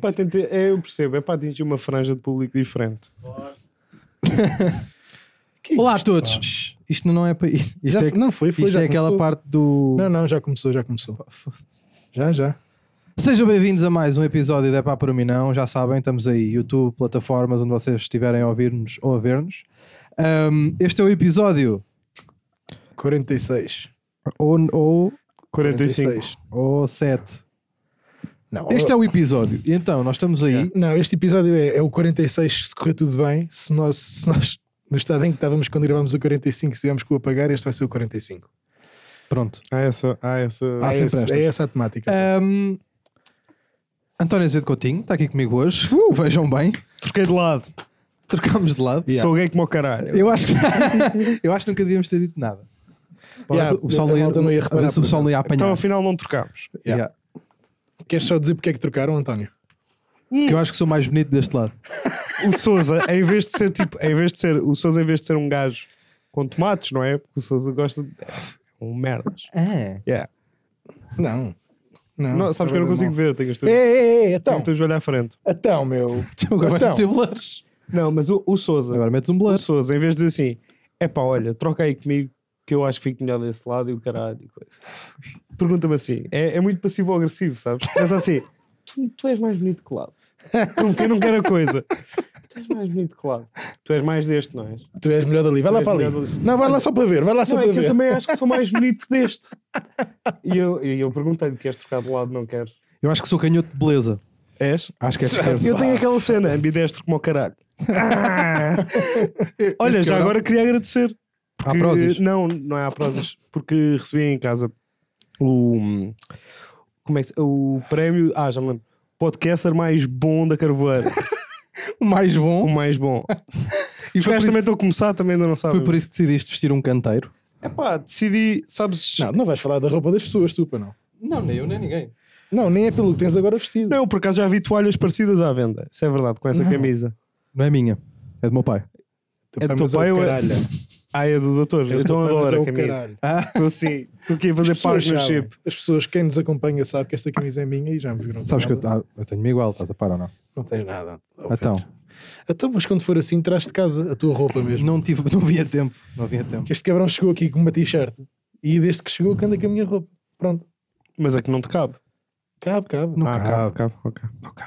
Para tentar, é, eu percebo, é para atingir uma franja de público diferente. Que Olá a isto, todos. pá? Shh, Isto não é para. Isto Já é, f- não foi, foi. isto já é aquela começou. parte do. Não, não, já começou, já começou. Já, já. Sejam bem-vindos a mais um episódio de É Pá Para Mim Não. Já sabem, estamos aí, YouTube, plataformas onde vocês estiverem a ouvir-nos ou a ver-nos. Ahm, este é o episódio. 46. Ou, ou, 45. 46. ou 7. Não, Este é o episódio. E Então, nós estamos aí. Não, este episódio é, é o 46 se correr tudo bem. Se nós, se nós no estado em que estávamos quando gravámos o 45, se tivermos que o apagar, este vai ser o 45. Pronto. Há essa. Há essa. Ah, é, sempre esse- estas. é essa a temática. Ahm, António Azevedo Coutinho está aqui comigo hoje. Uh! Vejam bem. Troquei de lado. Trocámos de lado. Sou gay como o caralho. Eu acho que, eu acho que nunca devíamos ter dito nada. Pá, Yeah, o pessoal a não ia, malta não ia a ver reparar se o pessoal por não ia apanhar. Então afinal não trocámos. Yeah. Yeah. Queres só dizer porque é que trocaram, António? Hum. Que eu acho que sou mais bonito deste lado. O Souza, em vez de ser tipo. Em vez de ser, o Souza, em vez de ser um gajo com tomates, não é? Porque o Souza gosta de. É um merdas. É. Yeah. Não. Não, Não, sabes que eu não consigo ver, tenho os É, teus, é, é, tenho então. os teus olhos à frente. Então, meu. Agora Então. tem blurs. Não, mas o, o Souza, Agora metes um o blur. Souza, em vez de dizer assim, é pá, olha, troca aí comigo que eu acho que fico melhor desse lado e o caralho e coisa. Pergunta-me assim, é, é muito passivo-agressivo, sabes? Pensa assim, tu, tu és mais bonito que o lado. Como quem não quer a coisa. Tu és mais bonito que o lado. Tu és mais deste, não és? Tu és melhor dali. Vai Tu lá és para ali. melhor dali. Não, vai lá só para ver. Vai lá só Não, é para que eu ver. também acho que sou mais bonito deste. E eu, e eu perguntei-lhe, queres trocar de lado, não queres? Eu acho que sou canhoto de beleza. És? Acho que é esquerdo. Eu tenho aquela cena, ambidestro como o caralho. Olha, já é cabrão. agora queria agradecer. Há prósis. Não, não é a prosas. Porque recebi em casa o. Como é que se- O prémio. Ah, já me lembro. Podcaster mais bom da Carvoeira. O mais o bom. mais bom. E Os foi por, gajos isso, também estão a começar, também ainda não sabem. foi por isso que decidiste vestir um canteiro. É pá, decidi. Sabes. Não, não vais falar da roupa das pessoas, tu, pá, não. Não, nem eu, nem ninguém. Não, nem é pelo que tens agora vestido. Não, por acaso já vi toalhas parecidas à venda. Isso é verdade, com essa Não. camisa. Não é minha. É do meu pai. Teu é pai, teu mas é pai o ou é- caralho. Ah, é do doutor. Eu Teu então pai, mas adoro é a o camisa. caralho. Ah, Estou assim. Estou aqui a fazer As pessoas partnership. sabem. As pessoas, quem nos acompanha, sabe que esta camisa é minha e já me viram. sabes que eu, nada. ah, eu tenho-me igual, estás a par ou não? Não tens nada. Então, Então, mas quando for assim, traz de casa a tua roupa mesmo. não, tive, não havia tempo. Não havia tempo. Que este cabrão chegou aqui com uma t-shirt e desde que chegou que anda com a minha roupa. Pronto. Mas é que não te cabe. Cabe, cabe. Não Ah, cabe. cabe, ok.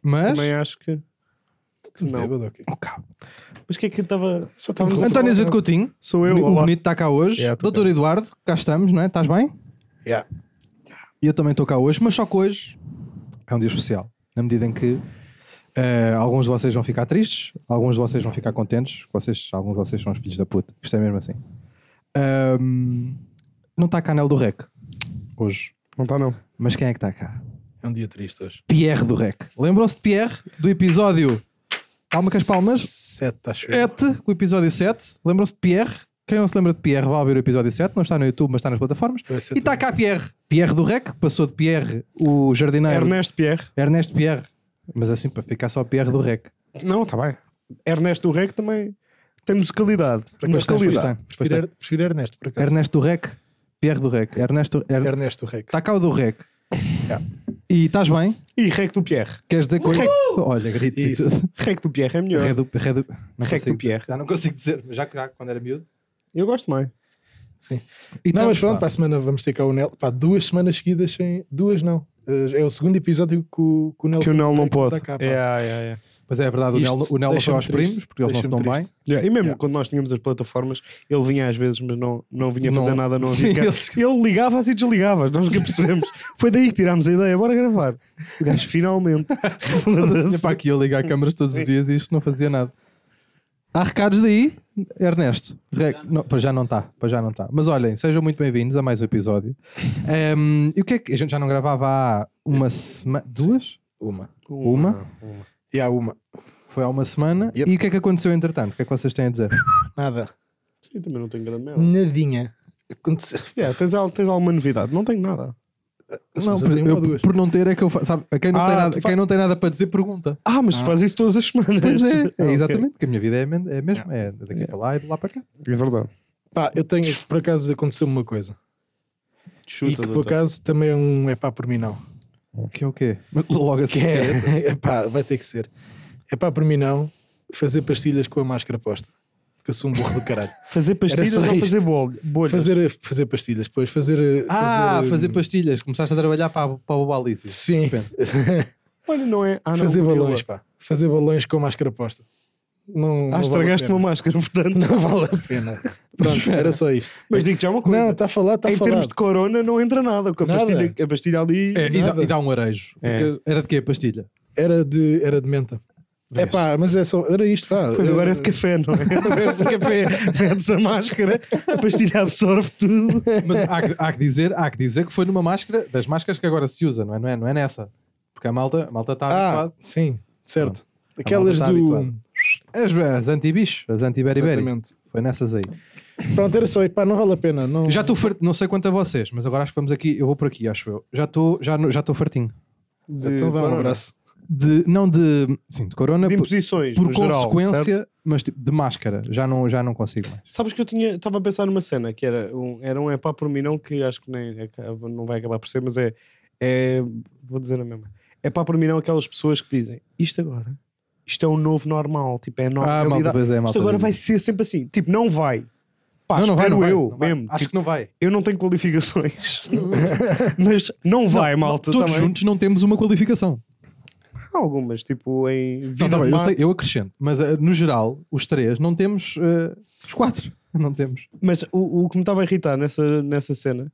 Mas, é. Também acho que. Tudo não. bêbado, ok. não cabe. Mas o que é que eu estava. Só Mas António Azevedo Coutinho, Sou eu, o olá. um bonito está cá hoje. Yeah, tô Doutor Eduardo, cá estamos, não é? Estás bem? Yeah. E eu também estou cá hoje, mas só que hoje é um dia especial. Na medida em que eh, alguns de vocês vão ficar tristes, alguns de vocês vão ficar contentes, vocês, alguns de vocês são os filhos da puta. Isto é mesmo assim. Ahm, não está cá Nel do Rec hoje. Não está, não. Mas quem é que está cá? É um dia triste hoje. Pierre do Rec. Lembram-se de Pierre do episódio Palma com as Palmas? Sete, tá acho eu. 7, o episódio 7. Lembram-se de Pierre? Quem não se lembra de Pierre, vá ouvir o episódio 7. Não está no YouTube, mas está nas plataformas. Vai ser E tá está tudo. cá Pierre. Pierre do Rec, que passou de Pierre, o jardineiro. Ernesto Pierre. Ernesto Pierre. Mas assim, para ficar só Pierre do Rec. Não, está bem. Ernesto do Rec também tem musicalidade. Pois tem, pois Musicalidade. tem, pois tem. Prefiro, prefiro Ernesto, Tá. por acaso. Ernesto do Rec. Pierre do Rec. Ernesto. Er... Ernesto Rec. Está cá o do Rec. Yeah. E estás bem? E Rec do Pierre. Queres dizer coisa? Olha, grito. Isso. Rec do Pierre é melhor. Ré do, ré do, não Rec consigo do Pierre. dizer. Já não consigo dizer, mas já, já quando era miúdo. Então, Eu gosto mais. E não, mas estamos pronto, lá. para a semana vamos ter cá o Nel. Pá, duas semanas seguidas sem. Duas não. Eh, É o segundo episódio que o, que o Nel Que o Nel não pode. Tá cá, pá. É, é, é. Pois é, é verdade, o Isto Nel, o Nel foi deixa-me aos triste, primos, porque eles não se dão deixa-me bem. triste. Yeah, E mesmo Yeah. quando nós tínhamos as plataformas, ele vinha às vezes, mas não, não vinha Não. fazer nada, não havia Sim, cá. eles- Ele ligava-as e desligava-as, nós nunca percebemos. Foi daí que tirámos a ideia, bora gravar. O gajo finalmente. Tinha para aqui eu ligar câmaras todos os dias e isto não fazia nada. Há recados daí, Ernesto. Re... Não, para já não está, para já não está. Mas olhem, sejam muito bem-vindos a mais um episódio. Ehm, e o que é que a gente já não gravava há uma semana, duas? Uma. Uma? Uma. E há uma. Foi há uma semana. Yep. E o que é que aconteceu entretanto? O que é que vocês têm a dizer? Nada. Eu também não tenho grande merda. Hum. Nadinha. Aconteceu. Yeah, tens, al- tens alguma novidade? Não tenho nada. Não, por, eu- por não ter é que eu faço. Sabe, a quem, não Ah, tem tu nada, fa- quem não tem nada para dizer, pergunta. Ah, mas tu faz isso todas as semanas. Pois é, Ah, é ok. exatamente, porque a minha vida é, men- é mesmo, é daqui para lá e de lá para cá. É verdade. Pá, eu tenho, por acaso, aconteceu-me uma coisa. Chuta, e que por doutor. acaso também é um é pá por mim não. Que é o quê? Logo assim. Que é, epá, vai ter que ser. É pá por mim não fazer pastilhas com a máscara posta. Porque eu sou um burro do caralho. Fazer pastilhas só ou isto. fazer bolha? bolhas? fazer, fazer pastilhas, depois fazer. Ah, fazer hum, pastilhas. Começaste a trabalhar para, para o Balício. Sim. Olha, não é. Ah, não, fazer gorila. balões, pá. Fazer balões com a máscara posta. Não, Ah, estragaste não uma vale máscara, portanto. a pena. Não vale a pena. Pronto, era só isto. Mas digo já uma coisa. Não, está a falar, está a em falar. termos de corona, não entra nada. Com a, Nada. Pastilha, a pastilha ali. É, e, dá, Nada. e dá um arejo. É. Porque Era de quê a pastilha? Era, de, era de menta. É Vês? pá, mas é só. Era isto, pá. Pois agora é de café, não é? Tu bebes o café, metes a máscara, a pastilha absorve tudo. Mas há, que- há que dizer, há que dizer que foi numa máscara, das máscaras que agora se usa, não é? Não é, não é nessa. Porque a malta, a malta está Ah, habituada. sim, certo. Aquelas malta do. está As, as anti-bicho, as anti-beriberi. Exatamente. Foi nessas aí. Pronto, era só ir, pá, não vale a pena. Não... Já estou farto, não sei quanto a vocês, mas agora acho que vamos aqui, eu vou por aqui, acho eu. Já estou já, no- já estou fartinho. Então vá, um corona. abraço. De, não de, sim, de corona, De por, imposições, por no geral, consequência, certo? mas tipo, de máscara. Já não, já não consigo mais. Sabes que eu tinha, estava a pensar numa cena que era um, era um epá por mim não, que acho que nem, acaba- não vai acabar por ser, mas é, é vou dizer a mesma. É pá por mim não aquelas pessoas que dizem isto agora, isto é o novo normal, tipo, é a nova Ah, malta, realidade. pois é, malta. isto agora diz. vai ser sempre assim. Tipo, não vai. Pá, não, não vai, espero não vai, eu não vai. mesmo. Acho Tipo, que não vai. Eu não tenho qualificações. mas não vai, Não, malta. Todos também. juntos não temos uma qualificação. Há algumas, tipo, em Não, vida tá bem, de eu, mato, sei, eu acrescento, mas eh, no geral, os três não temos. eh, os quatro não temos. Mas o, o que me estava a irritar nessa, nessa cena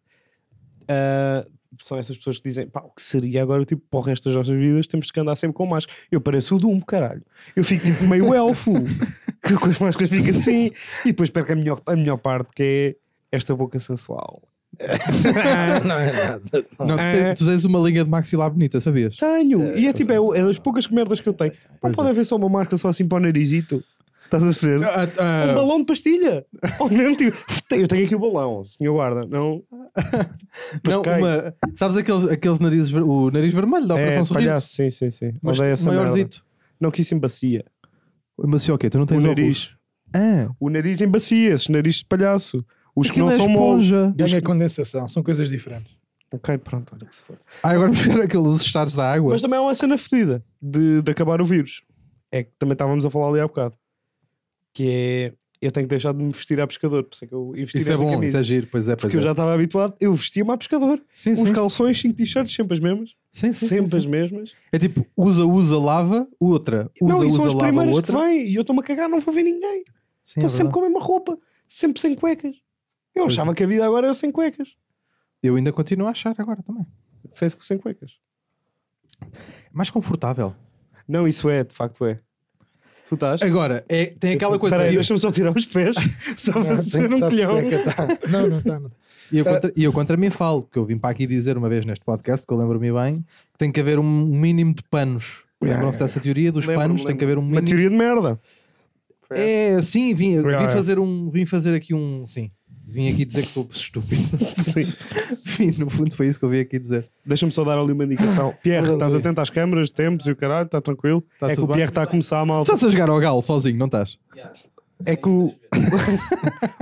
ah, são essas pessoas que dizem pá, o que seria agora, tipo, para o resto das nossas vidas temos que andar sempre com máscara. Eu pareço o Doom, caralho. Eu fico tipo meio elfo, que com as máscaras fica assim e depois perco a melhor, a melhor parte que é esta boca sensual. Não é nada. Não, tu, Ah. tens, tu tens uma linha de maxilar bonita, sabias? Tenho! E é tipo, é, o- é das poucas merdas que eu tenho. Não Pois pode haver só uma máscara só assim para o narizito. Estás a perceber? Ah, ah, Um balão de pastilha! Ou mesmo tipo, eu tenho aqui o balão, senhor guarda. Não, não, porque- uma- sabes aqueles, aqueles narizes, ver- o nariz vermelho da Operação é, Sorriso? palhaço, sim, sim, sim. Mas Odeio essa merda. maiorzito. Não que isso embacia. Mas se ok, tu não tens o óculos. nariz. Ah, O nariz embacia, esses narizes de palhaço. Os que aquilo não é são moles. esponja. Ganha condensação, são coisas diferentes. Ok, pronto, olha que se for. Ah, agora buscar aqueles estados da água. Mas também há uma cena fedida de, de acabar o vírus. É que também estávamos a falar ali há bocado. Que é. Eu tenho que deixar de me vestir a pescador, por isso é que eu investi isso é nessa bom, camisa. isso é giro, pois é, pois Porque eu é. já estava habituado, eu vestia-me a pescador. Sim, sim. Uns calções, cinco t-shirts, sempre as mesmas. Sim, sim, sim, sempre sim. as mesmas. É tipo, usa, usa, lava, outra. Usa, não, e são usa, as lava, primeiras que outra. vêm. E eu estou-me a cagar, não vou ver ninguém. Sim, é Estou sempre verdade. com a mesma roupa, sempre sem cuecas. Eu Pois achava que a vida agora era sem cuecas. Eu ainda continuo a achar agora também. Sem, sem cuecas. Mais confortável. Não, isso é, de facto é. Tu estás? Agora, é, tem aquela coisa. Peraí, e eu, deixa-me só tirar os pés, só para tem ser que um estar de colhão. cueca, tá. Não, não está. e eu contra, e eu contra mim falo, que eu vim para aqui dizer uma vez neste podcast, que eu lembro-me bem, que tem que haver um mínimo de panos. Lembram-se dessa teoria dos Lembro-me, panos? Tem que haver um Uma mínimo. teoria de merda. É, sim, vim, eu vim Yeah, yeah. fazer um. Vim fazer aqui um. Sim. Vim aqui dizer que sou estúpido. Sim. sim, no fundo foi isso que eu vim aqui dizer. Deixa-me só dar ali uma indicação. Pierre, Olha estás ali. atento às câmaras, tempos e o caralho, está tranquilo. Tá é que tudo o bem? Pierre está a começar a mal. Estás a jogar ao galo sozinho, não estás? É que o,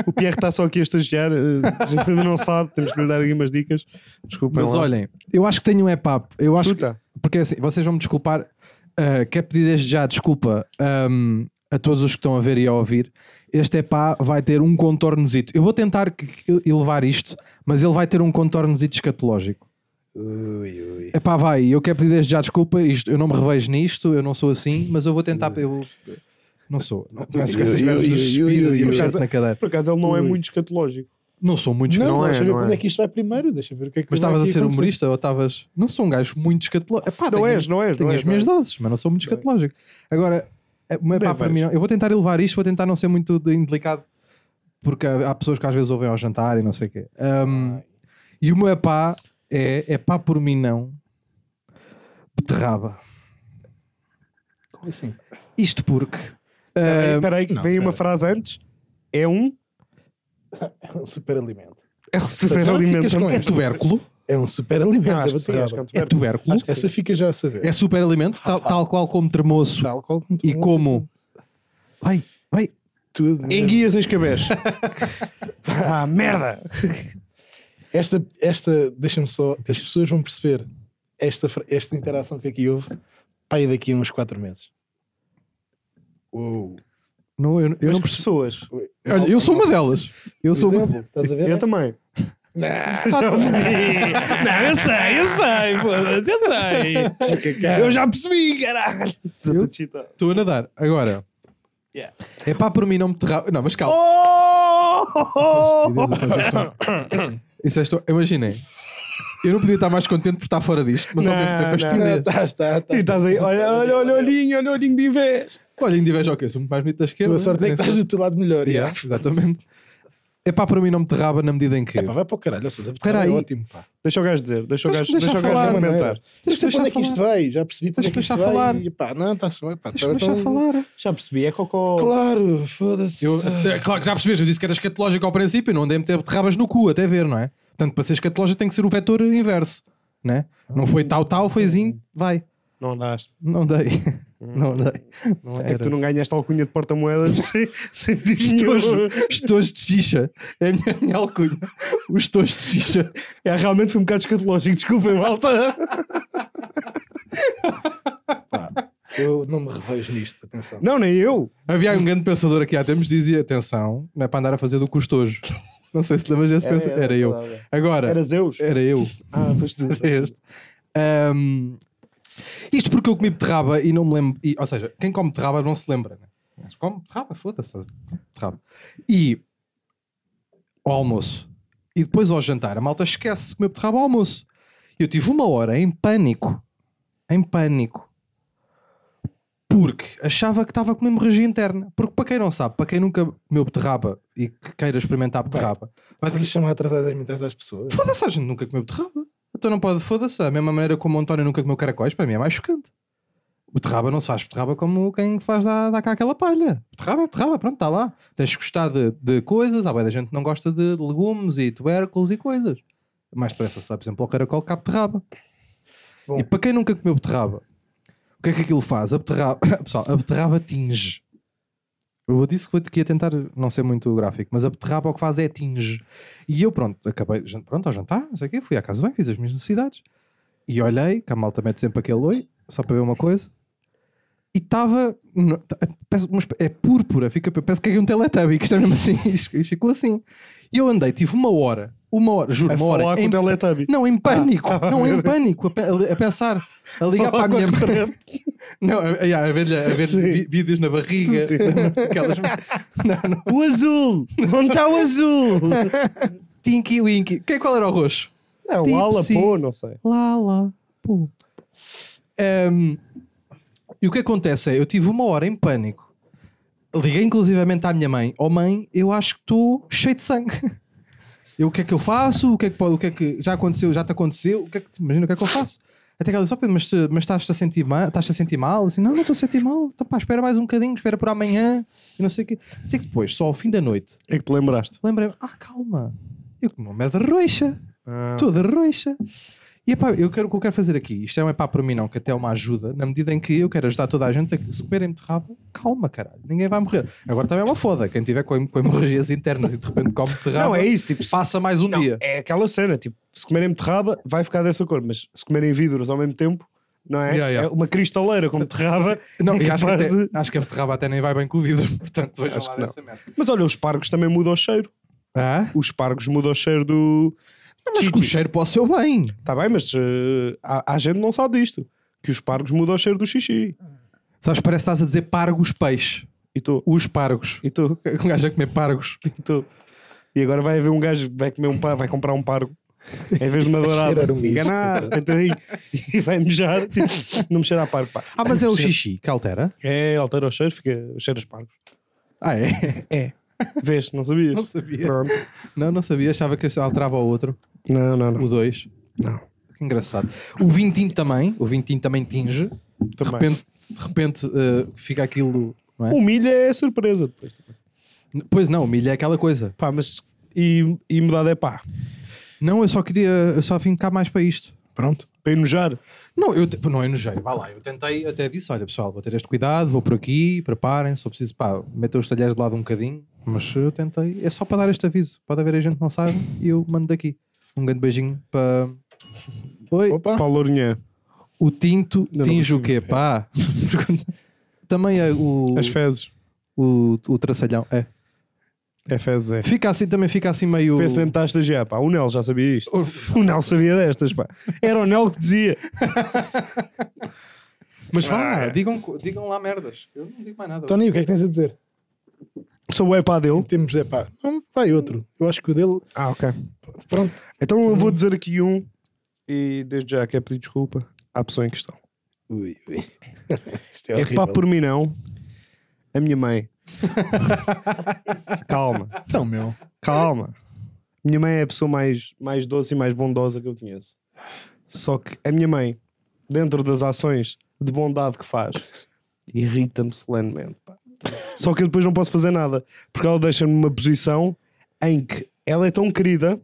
o Pierre está só aqui a estagiar, eh, a gente ainda não sabe, temos que lhe dar aqui umas dicas. Desculpem. Mas lá. olhem, eu acho que tenho um epap. Eu acho que, Chuta. porque é assim, vocês vão me desculpar. ah, quero pedir desde já desculpa ahm, a todos os que estão a ver e a ouvir. Este epá vai ter um contornozito. Eu vou tentar que- que elevar isto, mas ele vai ter um contornozito escatológico. Epá, vai, eu quero pedir desde já desculpa. Isto, eu não me revejo nisto, eu não sou assim, mas eu vou tentar. Eu, não sou. Não é começo com essas Ui, merdas ui, dos ui, suspiros ui, e eu ui. chato na cadeira. Por acaso ele não é muito escatológico. Não sou muito Não, Não é, deixa eu ver não quando é. é que isto vai primeiro. Deixa eu ver o que é que Mas vai estavas a aqui ser acontecer. humorista ou estavas. Não sou um gajo muito escatológico. Epá, Não tenho- és, não Ah, és. Tenho não as és, não minhas és. doses, mas não sou muito escatológico. Agora, é uma Bem, pá para vais. mim, não. eu vou tentar elevar isto, vou tentar não ser muito de- indelicado, porque há há pessoas que às vezes ouvem ao jantar e não sei o quê. Um, e o meu pá é, é pá por mim não, beterraba. Como assim? Isto porque. Espera aí, ah, espera aí, que não, vem uma espera. frase antes. É um. É um superalimento. É um super alimento. ficas com é esta. tubérculo, É um superalimento. Ah, a acho que sim, beterraba. acho que é um é tubérculo, Acho que Essa fica já a saber. é super alimento, tal, tal qual como tremoço Tá. Tal qual tu e não como. é Vai, vai. É sei Tudo. Em mesmo. guias em escabés. ah, merda! Esta, esta deixa-me só, as pessoas vão perceber esta, fra- esta interação que aqui houve, pai daqui a uns 4 meses. Uou. Não, eu, eu As não percebo. pessoas. Olha, eu sou uma delas. Eu sou uma. Exemplo, estás a ver? Eu também. Já ouvi. Não, eu sei, eu sei, foda-se, eu sei. Eu já percebi, caralho. Eu- Tô cheatado. Estou a nadar. Agora. Yeah. É pá, por mim não me terra. Não, mas calma. Oh! Isso é isto. Imaginem. Eu não podia estar mais contente por estar fora disto, mas ao Não, mesmo tempo a não. Não, estupidez. estás, tá, tá. E estás aí, olha, olha, olha, olhinho, olha, olhinho de inveja. Olha, ainda vejo o quê? Sou muito mais bonito da esquerda. Tua sorte é que Nem estás sei. do teu lado melhor. Yeah, Exatamente. É pá, para mim não me terraba na medida em que. É, pá, vai para o caralho, ou seja, Espera é aí. ótimo. Pá. Deixa o gajo dizer, deixa o Tens gajo, que me deixa o deixar gajo falar, comentar. Tens que Mas deixar quando é que falar. isto vai? Já percebi Tens tudo que é que isto deixar falar. vai. E, pá, não, está-se bem. Pá, Deixa-me tá- deixar tá- falar. Já percebi, é cocó. Claro, foda-se. Eu- é claro que já percebes, eu disse que era escatológico ao princípio, não andei a meter beterrabas no cu, até ver, não é? Portanto, para ser escatológico tem que ser o vetor inverso, né? Não foi tal, tal, foi zinho, vai. Não andaste. Não dei. Não dei. Não É que tu era. Hum. não ganhaste alcunha de porta-moedas sem, sem pedir Estojo, nenhum. estojo de xixa. É a minha, a minha alcunha. Os estojos de xixa. É, realmente foi um bocado escatológico, desculpem, malta. Pá, eu não me revejo nisto, atenção. Não, nem eu. Havia um grande pensador aqui há tempos que dizia: atenção, não é para andar a fazer do cu estojo. Não sei se te lembras desse pensador. Era, eu. Agora, é Era Zeus. era eu. Ah, foste tu. Era este. Ahm, isto porque eu comi beterraba e não me lembro. e, ou seja, quem come beterraba não se lembra, né? Mas come beterraba, foda-se. Beterraba. E ao almoço. E depois ao jantar, a malta esquece de comer beterraba ao almoço. Eu tive uma hora em pânico. Em pânico. Porque achava que estava com uma hemorragia interna. Porque, para quem não sabe, para quem nunca comeu beterraba e que queira experimentar beterraba, vai Estás a chamar atrasado as mentais às pessoas. Foda-se, a gente nunca comeu beterraba. Então não pode, foda-se. A mesma maneira como o António nunca comeu caracóis, para mim é mais chocante. Beterraba não se faz beterraba como quem faz dar, dar cá aquela palha. Beterraba, beterraba, pronto, está lá. Tens de gostar de, de coisas. Há bué da gente que não gosta de legumes e tubérculos e coisas. Mais depressa, sabe, por exemplo, ao caracol que há beterraba. Bom. E para quem nunca comeu beterraba, o que é que aquilo faz? A beterraba, pessoal, a beterraba tinge. Eu disse que vou que ia tentar não ser muito gráfico, mas a beterraba o que faz é tinge. E eu, pronto, acabei, jan- pronto, ao jantar, não sei o quê, fui à casa bem, fiz as minhas necessidades. E olhei, que a malta mete sempre aquele oi, só para ver uma coisa. E estava, no- tá- parece uma espé- é púrpura, fica, parece que é um teletubby, que está mesmo assim, e ficou assim. E eu andei, tive uma hora, uma hora, juro, A uma É falar hora, com em o Teletubby. não, em pânico. tava a não, em ver. pânico. A, pe- a- a pensar, a ligar Falar para a minha com a mãe. corrente. Não, a, a, a ver, a ver Sim. vi- vídeos na barriga. Aquelas... Não, não. O azul! Onde está o azul? Tinky Winky. Que, qual era o roxo? Não, Tipo, É o ala, sim. pô, não sei. Lá, lá. Pô. Ehm, e o que acontece é, eu tive uma hora em pânico. Liguei inclusivamente à minha mãe. Oh mãe, eu acho que estou cheio de sangue. Eu, o que é que eu faço? O que é que pode? O que é que já aconteceu? Já te aconteceu? O que é que, imagina o que é que eu faço? Até que ela disse, oh, Pedro, mas, se- mas estás-te a sentir mal? Estás-te a sentir mal? Assim, não, não estou a sentir mal. Então, pá, espera mais um bocadinho, espera por amanhã. E não sei o quê. Até que depois, só ao fim da noite, É que te lembraste. lembrei-me, ah, calma. Eu comi uma merda roxa. Ah, Toda roxa. E epá, eu quero, o que eu quero fazer aqui, isto é um epá para mim não, que até é uma ajuda, na medida em que eu quero ajudar toda a gente a que se comerem de rabo, calma caralho, ninguém vai morrer. Agora também é uma foda, quem tiver com, com hemorragias internas e de repente come de rabo, Não, é isso, tipo, se- passa mais um não, dia. é aquela cena, tipo, se comerem beterraba, vai ficar dessa cor, mas se comerem vidros ao mesmo tempo, não é? Yeah, yeah. É uma cristaleira com beterraba. Não, é e acho que, capaz até, de- acho que a beterraba até nem vai bem com o vidro, portanto vejam Acho lá que não. nessa merda. Mas olha, os pargos também mudam o cheiro. Ah? Os pargos mudam o cheiro do. Mas que o cheiro para o seu bem. Está bem, mas eh, há, há gente que não sabe disto. Que os pargos mudam o cheiro do xixi. Sabes, parece que estás a dizer pargos peixe. E tu? Os pargos. E tu? Um gajo a comer pargos. E tu? E agora vai haver um gajo que vai, comer um par, vai comprar um pargo. Em vez de uma dourada, Cheirar um mijo. enganar, entendeu? e vai mijar, tipo, não mexer a pargo. Pá. Ah, mas é o xixi que altera? É, altera o cheiro, fica o cheiro dos pargos. Ah é? Vês, não sabias? Não sabia. Pronto. Não, não sabia, achava que esse alterava o outro. Não, não, não. O 2. Não. Que engraçado. O vintinho também. O vintinho também tinge. De Também. repente, de repente eh, fica aquilo. Não é? O milho é surpresa. depois. Pois não, o milho é aquela coisa. Pá, mas. E, e mudado é pá. Não, eu só queria. Eu só vim cá mais para isto. Pronto. Para enojar. Não, eu te- não enojei, vá lá. Eu tentei, até disse: olha pessoal, vou ter este cuidado, vou por aqui, preparem, se eu preciso, pá, metam os talheres de lado um bocadinho. Mas eu tentei, é só para dar este aviso. Pode haver a gente que não sabe e eu mando daqui. Um grande beijinho para Oi. Opa. Paulo Lourinhã. o Tinto. Não, não Tinge o quê? consigo Pá! Também é o, As fezes. o, o traçalhão. É. É fezes, é. Fica assim, também fica assim meio. Penso mesmo que está a estagiar, pá. O Nel já sabia isto. O Nel sabia destas, pá. Era o Nel que dizia. Ah, Mas vá, digam, digam lá merdas. Eu não digo mais nada. Tony, o que é que tens a dizer? Sou o epá dele. Em termos de pá, não vai outro. Eu acho que o dele. Ah, ok. Pronto, Então eu vou dizer aqui um e desde já quero pedir desculpa à pessoa em questão. Ui, ui. Isto é É horrível. pá por mim não. A minha mãe. calma, Então, meu. calma. Minha mãe é a pessoa mais, mais doce e mais bondosa que eu conheço. Só que a minha mãe, dentro das ações de bondade que faz, irrita-me solenemente. pá. Só que eu depois não posso fazer nada, porque ela deixa-me numa posição em que ela é tão querida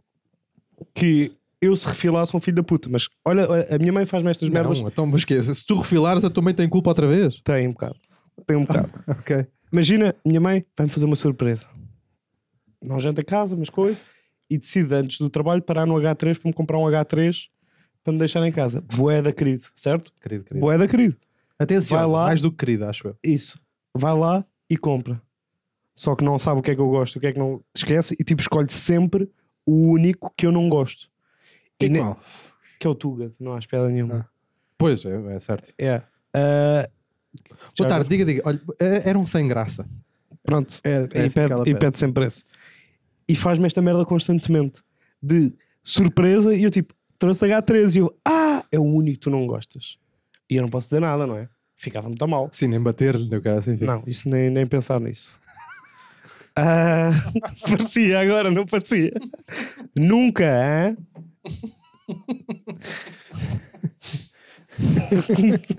que eu se refilasse um filho da puta. Mas olha, olha, a minha mãe faz-me estas merdas. Não, então, mas esquece. Se tu refilares, a tua mãe tem culpa outra vez. Tem um bocado. Tem um bocado. Ok. Imagina, minha mãe vai-me fazer uma surpresa. Não janta a casa, mas coisa. E decide antes do trabalho parar no H3 para me comprar um H3 para me deixar em casa. Boeda, querido, certo? Querido, querido. Boeda, querido. Atenção, Vai lá. mais do que querida, acho eu. Isso. Vai lá e compra. Só que não sabe o que é que eu gosto, o que é que não. Esquece e tipo escolhe sempre o único que eu não gosto. E ne- Não. Que é o Tuga, que não há piada nenhuma. Pois, é, é certo. É. Ah, já- Boa tarde, diga, diga. Olha, é- era um sem graça. É assim Pronto. Era, e, pede, e pede sempre esse. E faz-me esta merda constantemente de surpresa. E eu tipo, trouxe H13 e eu, ah, é o único que tu não gostas. E eu não posso dizer nada, não é? Ficava-me tão mal. Sim, assim, nem bater-lhe, não quero assim. Não, isso nem, nem pensar nisso. Ah, parecia agora, não parecia. Nunca, hã?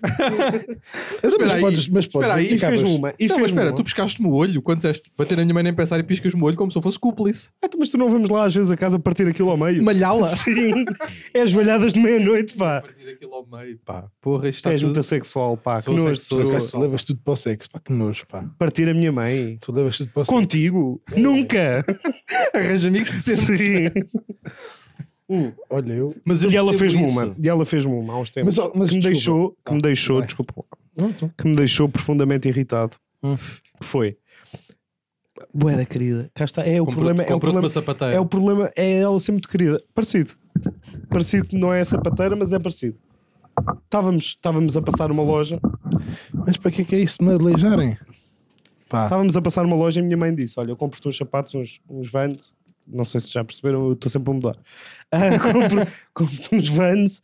Então, Espera mas aí, podes, mas podes. espera aí, E acabas. fez uma. E Tá, não, fez mas espera, uma. tu pescaste-me o um olho quando disseste bater na minha mãe nem pensar e piscas-me o olho como se eu fosse cúmplice. Ah, tu- mas tu não vamos lá às vezes a casa partir aquilo ao meio? Malhá-la. Sim, é as velhadas de meia-noite, pá. Partir aquilo ao meio, pá. Porra, isto Tu és está muito Tá tudo... sexual, pá. Sou que nojo de sexual. pessoa. Tu acaso levas tudo para o sexo, pá, que nojo, pá. partir a minha mãe. Tu levas tudo para o sexo. Contigo? é. Nunca! Arranja amigos decentes. Sim. Olha, eu. Mas eu E ela percebo fez-me isso. uma. E ela fez-me uma há uns tempos. Mas, ó, mas que me desculpa. deixou, que me Ah, deixou, vai. desculpa, lá, Não, tu- que me deixou profundamente irritado. Hum. Que foi. Boeda querida, cá está. É o Comprou-te- problema. É o comprou-te problema, uma sapateira. é o problema. É ela ser muito querida. Parecido. Parecido, não é sapateira, mas é parecido. Estávamos, estávamos a passar uma loja Mas para que é que é isso de me aleijarem? Ah. Pá, Estávamos a passar uma loja e a minha mãe disse: Olha, eu compro-te uns sapatos, uns, uns vans. Não sei se já perceberam, eu estou sempre a mudar. Ah, compro- compro-te uns vans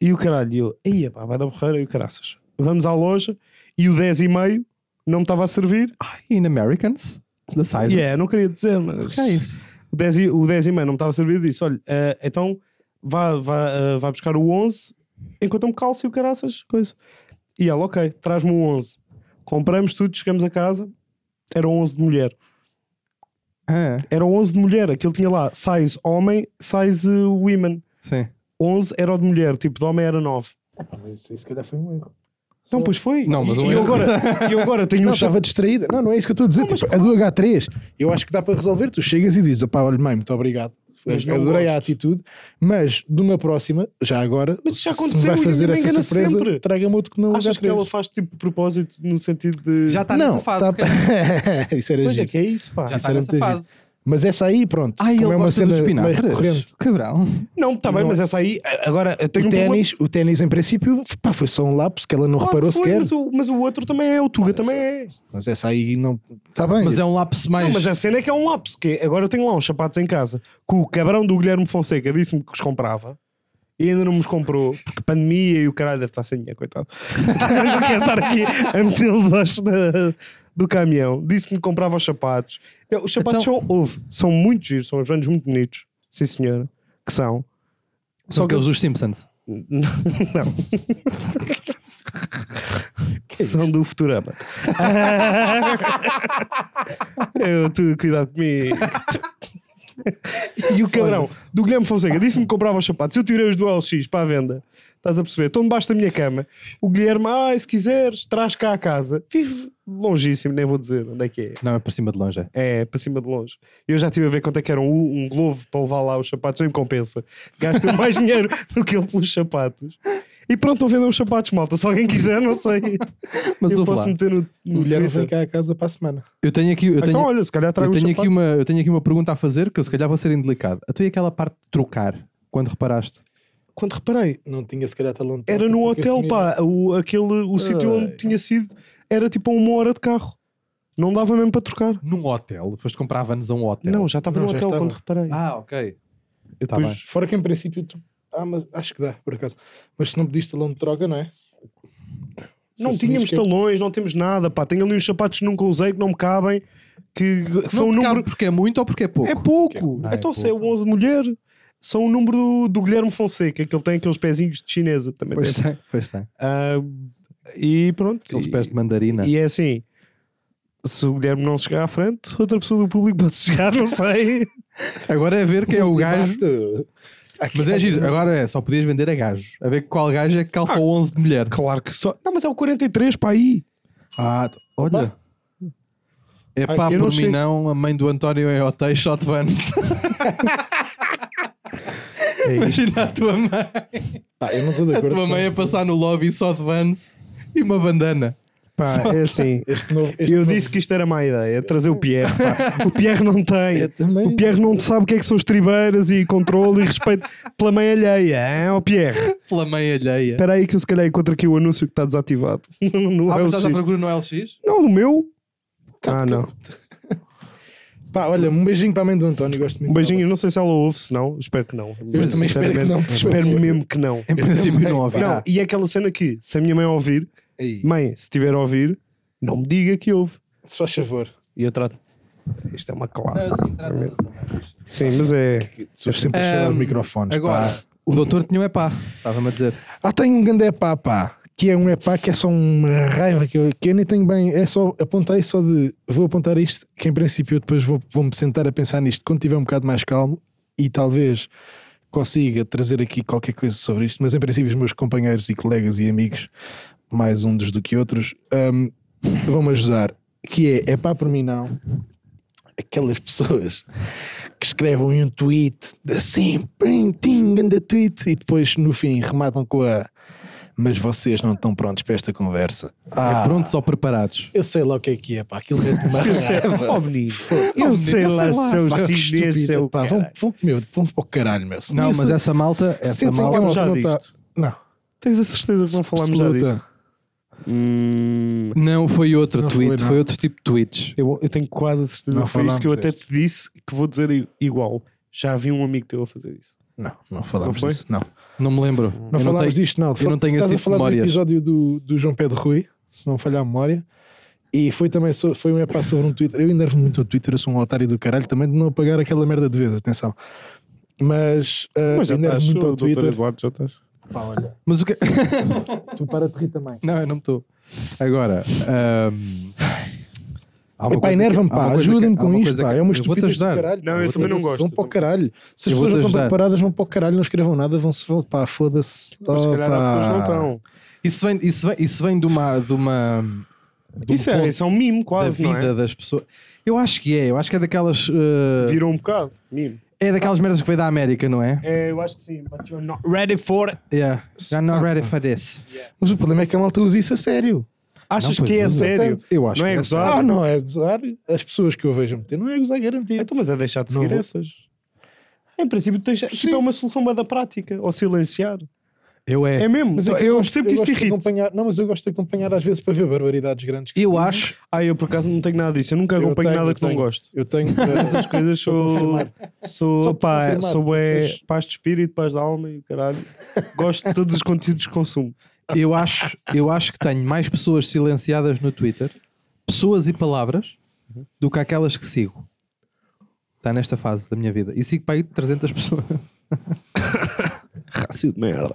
e o caralho. E eu, aí pá, vai dar borreira e o caraças. Vamos à loja e o 10 e meio não me estava a servir. Ai, in Americans? The E sizes? é, não queria dizer, mas. Que é isso? O 10 e, o 10 e meio não me estava a servir e disse: Olha, ah, então vá, vá, ah, vá buscar o 11 enquanto-me calça e o caraças. Coisa. E ela, ok, traz-me o 11. Compramos tudo, chegamos a casa. Era o 11 de mulher. Ah, era o 11 de mulher, aquilo tinha lá size homem, size uh, women. sim. 11 era o de mulher, tipo de homem era 9. mas isso se calhar foi um erro. Não, pois foi. Não, mas e, um e eu erro. agora, e eu agora tenho Não, um chave. estava distraída. Não, não é isso que eu estou a dizer. tipo, a do H3, eu acho que dá para resolver. Tu chegas e dizes, opá, olha, mãe, muito obrigado. Mas não Adorei a gosto. atitude, mas de uma próxima, já agora, Mas isso já se me aconteceu vai e fazer ninguém essa engana surpresa, sempre. traga-me outro que não é o Achas que ela H3. faz tipo de propósito no sentido de. Já está não, nessa fase. tá- se calhar. isso era Pois é giro. que é isso, pá. Já Isso está era nessa muito fase. Mas essa aí, pronto, Ai, ele como é uma gosta dos cena meio recorrente. espinafres. Cabrão. Não, está bem, Não. mas essa aí. a- Agora, eu tenho O um problema- ténis, o ténis, em princípio, f- pá, foi só um lapso que ela não Claro que reparou foi, sequer. Mas o, mas o outro também é, o Tuga também é. Mas essa aí não. Está bem. Mas é um lápis mais... Não, mas a cena é que é um lapso. Que agora eu tenho lá uns sapatos em casa que o cabrão do Guilherme Fonseca disse-me que os comprava e ainda não me os comprou porque pandemia e o caralho deve estar sem dinheiro, coitado. não quero estar aqui a metê-lo debaixo da- do caminhão. Disse-me que comprava os sapatos. Eh, Os sapatos Então- são, houve, são muito giros, são uns vanos muito bonitos. Sim, senhora, que são. Só que eles dos Simpsons. Não. São do Futurama. Eu, tu, cuidado comigo. E o cadrão do Guilherme Fonseca disse-me que comprava os sapatos. Eu tirei os do LX para a venda. Estás a perceber? Estão debaixo da minha cama. O Guilherme, ah, se quiseres, traz cá a casa. Vive longíssimo, nem vou dizer onde é que é. Não, é para cima de longe. é. É, para cima de longe. Eu já estive a ver quanto é que era um, um globo para levar lá os sapatos, nem me compensa. Gasto mais dinheiro do que ele pelos sapatos. E pronto, estão vendendo os sapatos, malta. Se alguém quiser, não sei. Mas eu ouve posso lá. meter no, no O Guilherme Twitter. vem cá a casa para a semana. Eu tenho aqui. Eu tenho... Então, olha, se calhar Eu trago tenho, os aqui sapatos. uma, eu tenho aqui uma pergunta a fazer que eu se calhar vou ser indelicado. A tu e aquela parte de trocar, quando reparaste? Quando reparei, Não tinha se calhar talão de Era toque, no porque hotel, esse pá. O, aquele, o sítio onde tinha sido era tipo a uma hora de carro. Não dava mesmo para trocar. Num hotel? Foste comprar vanos a um hotel? Não, já estava Não, no já hotel estava. quando reparei. Ah, ok. Eu tá depois- bem. Fora que em princípio tu. Ah, mas acho que dá, por acaso. Mas se não pediste talão de troca, não é? Se Não assumires tínhamos que é- talões, não temos nada, pá. Tenho ali uns sapatos que nunca usei, que não me cabem, que são Não o te número. cabe porque é muito ou porque é pouco? É pouco. Ah, é então se é pouco. o 11 mulher, são o número do, do Guilherme Fonseca, que ele tem aqueles pezinhos de chinesa também. Pois tem. tem, pois tem. Ah, e pronto. Aqueles e- pés de mandarina. E é assim: se o Guilherme não chegar à frente, outra pessoa do público pode chegar, não sei. Agora é ver quem é o gajo. Gajo. Mas é giro, agora é, só podias vender a gajos. A ver qual gajo é que calça o 11 de mulher. Claro que só. Não, mas é o 43 para aí. Ah, t- olha. É pá, por eu não mim sei. não, a mãe do António é hotel shot vans. É Imagina a tua mãe. Pá, eu não estou de A acordo. tua com mãe a este- passar no lobby só de vans e uma bandana. Pá, é assim. Este novo, este Eu novo- disse que isto era má ideia, é trazer o Pierre. pá. O Pierre não Eu tem. também. é O Pierre não sabe o que é que são estribeiras e controle e respeito pela mãe alheia. É, ó Pierre. Pela mãe alheia. Espera aí que eu se calhar encontro aqui o anúncio que está desativado. No Ah, mas estás à LX. procura no LX? Não, o meu. Ah, não. Pá, olha, um beijinho para a mãe do António. Gosto muito Um beijinho, dela. não sei se ela ouve, se não. Espero que não. Eu também espero que Sinceramente, não. Espero mesmo que não. Em princípio também, não pá. havia. Não, e é aquela cena que, se a minha mãe ouvir, Ei, mãe, se estiver a ouvir, não me diga que ouve. Se faz favor. E eu trato. Isto é uma classe. realmente. Sim, mas é. Estou sempre a Ahm, cheirar os microfones. Agora, Pá. o doutor tinha um epá. Estava-me a dizer. Ah, tem um grande epá, pá. Que é um epá que é só uma raiva que eu, que eu nem tenho bem. É só apontei só de vou apontar isto, que em princípio eu depois vou- vou-me sentar a pensar nisto quando tiver um bocado mais calmo e talvez consiga trazer aqui qualquer coisa sobre isto. Mas em princípio, os meus companheiros e colegas e amigos, mais uns do que outros, ahm, vão-me ajudar. Que é epá por mim não. Aquelas pessoas que escrevem um tweet assim, printinho, grande tweet, e depois no fim rematam com a mas vocês não estão prontos para esta conversa. É prontos ou preparados? Eu sei lá o que é que é, pá, aquilo é de uma Ó, raiva. menino. Ó, menino, Eu sei eu sei lá lá. se eu Pá, é que chinês, um estúpido, seu. pá, vão, caralho. vão, meu, vão para o caralho, meu. Se Não, mas isso- essa malta, essa Sentem malta. que já não tá- disto. Não, Tens a certeza que não falámos já absoluta. disso? Hum, Não, foi outro Não foi, tweet, não. foi, outro tipo de tweets. eu, eu tenho quase a certeza Não que foi isto que eu falámos até te disse que vou dizer i- igual. Já vi um amigo teu a fazer isso. Não, não falámos Não foi? disso. Não, Não me lembro. não Eu falámos tenho- disto, não. De eu não facto, tenho estás esse a tipo falar de do memórias. episódio do, do João Pedro Rui, se não falhar a memória. E foi também so- foi um epá sobre um Twitter. Eu enervo muito o Twitter, eu sou um otário do caralho também de não apagar aquela merda de vez, atenção. Mas, ah, Mas já eu enervo estás, muito ao doutor Twitter. Eduardo, já estás. Mas o que. Tu para de rir também. Não, eu não estou. Agora. ahm, há uma coisa Epá, que- enerva-me, há uma pá, coisa que- ajudem-me há uma com isto, coisa pá. que- É uma eu vou-te estupidez do ajudar. caralho. Não, eu Vou-te também não ajudar. gosto. então. Vão para o caralho. Se Eu as pessoas vou-te não estão ajudar. preparadas, vão para o caralho, não escrevam nada, vão-se, vão- pá, foda-se. Mas se calhar Oh, há pá. pessoas que não estão. Isso vem, isso vem, isso vem de uma. De uma de um Isso é, ponto isso é um mimo quase, da não vida é? das pessoas. Eu acho que é, eu acho que é daquelas. eh, Virou um bocado, mimo. é daquelas merdas que veio da América, não é? É, eu acho que sim, but you're not ready for it. Yeah. I'm not ready for this. Mas o problema é que a malta usa isso a sério. Achas Não, pois, que é a mas eu- sério? Eu acho não é que é gozar? Ah, não é gozar. As pessoas que eu vejo a meter, não é gozar garantido. Então, mas é deixar de Não seguir vou- essas. Em princípio, tens, tipo, é uma solução bué da prática, ou silenciar. Eu é. É mesmo, Mas é que eu, gosto- percebo que isso gosto te de irrita. acompanhar- Não, mas eu gosto de acompanhar às vezes para ver barbaridades grandes. que Eu se dizem. acho. Ah, eu por acaso não tenho nada disso, eu nunca Eu acompanho tenho, nada eu que não tenho. gosto. Eu tenho. eh, Essas coisas Vou sou. confirmar. Sou, Só para pá, confirmar, sou bué, depois. paz de espírito, paz da alma e o caralho. Gosto de todos os conteúdos que consumo. Eu acho, eu acho que tenho mais pessoas silenciadas no Twitter, pessoas e palavras, do que aquelas que sigo. Está nesta fase da minha vida. E sigo para aí 300 pessoas. Rácio de merda.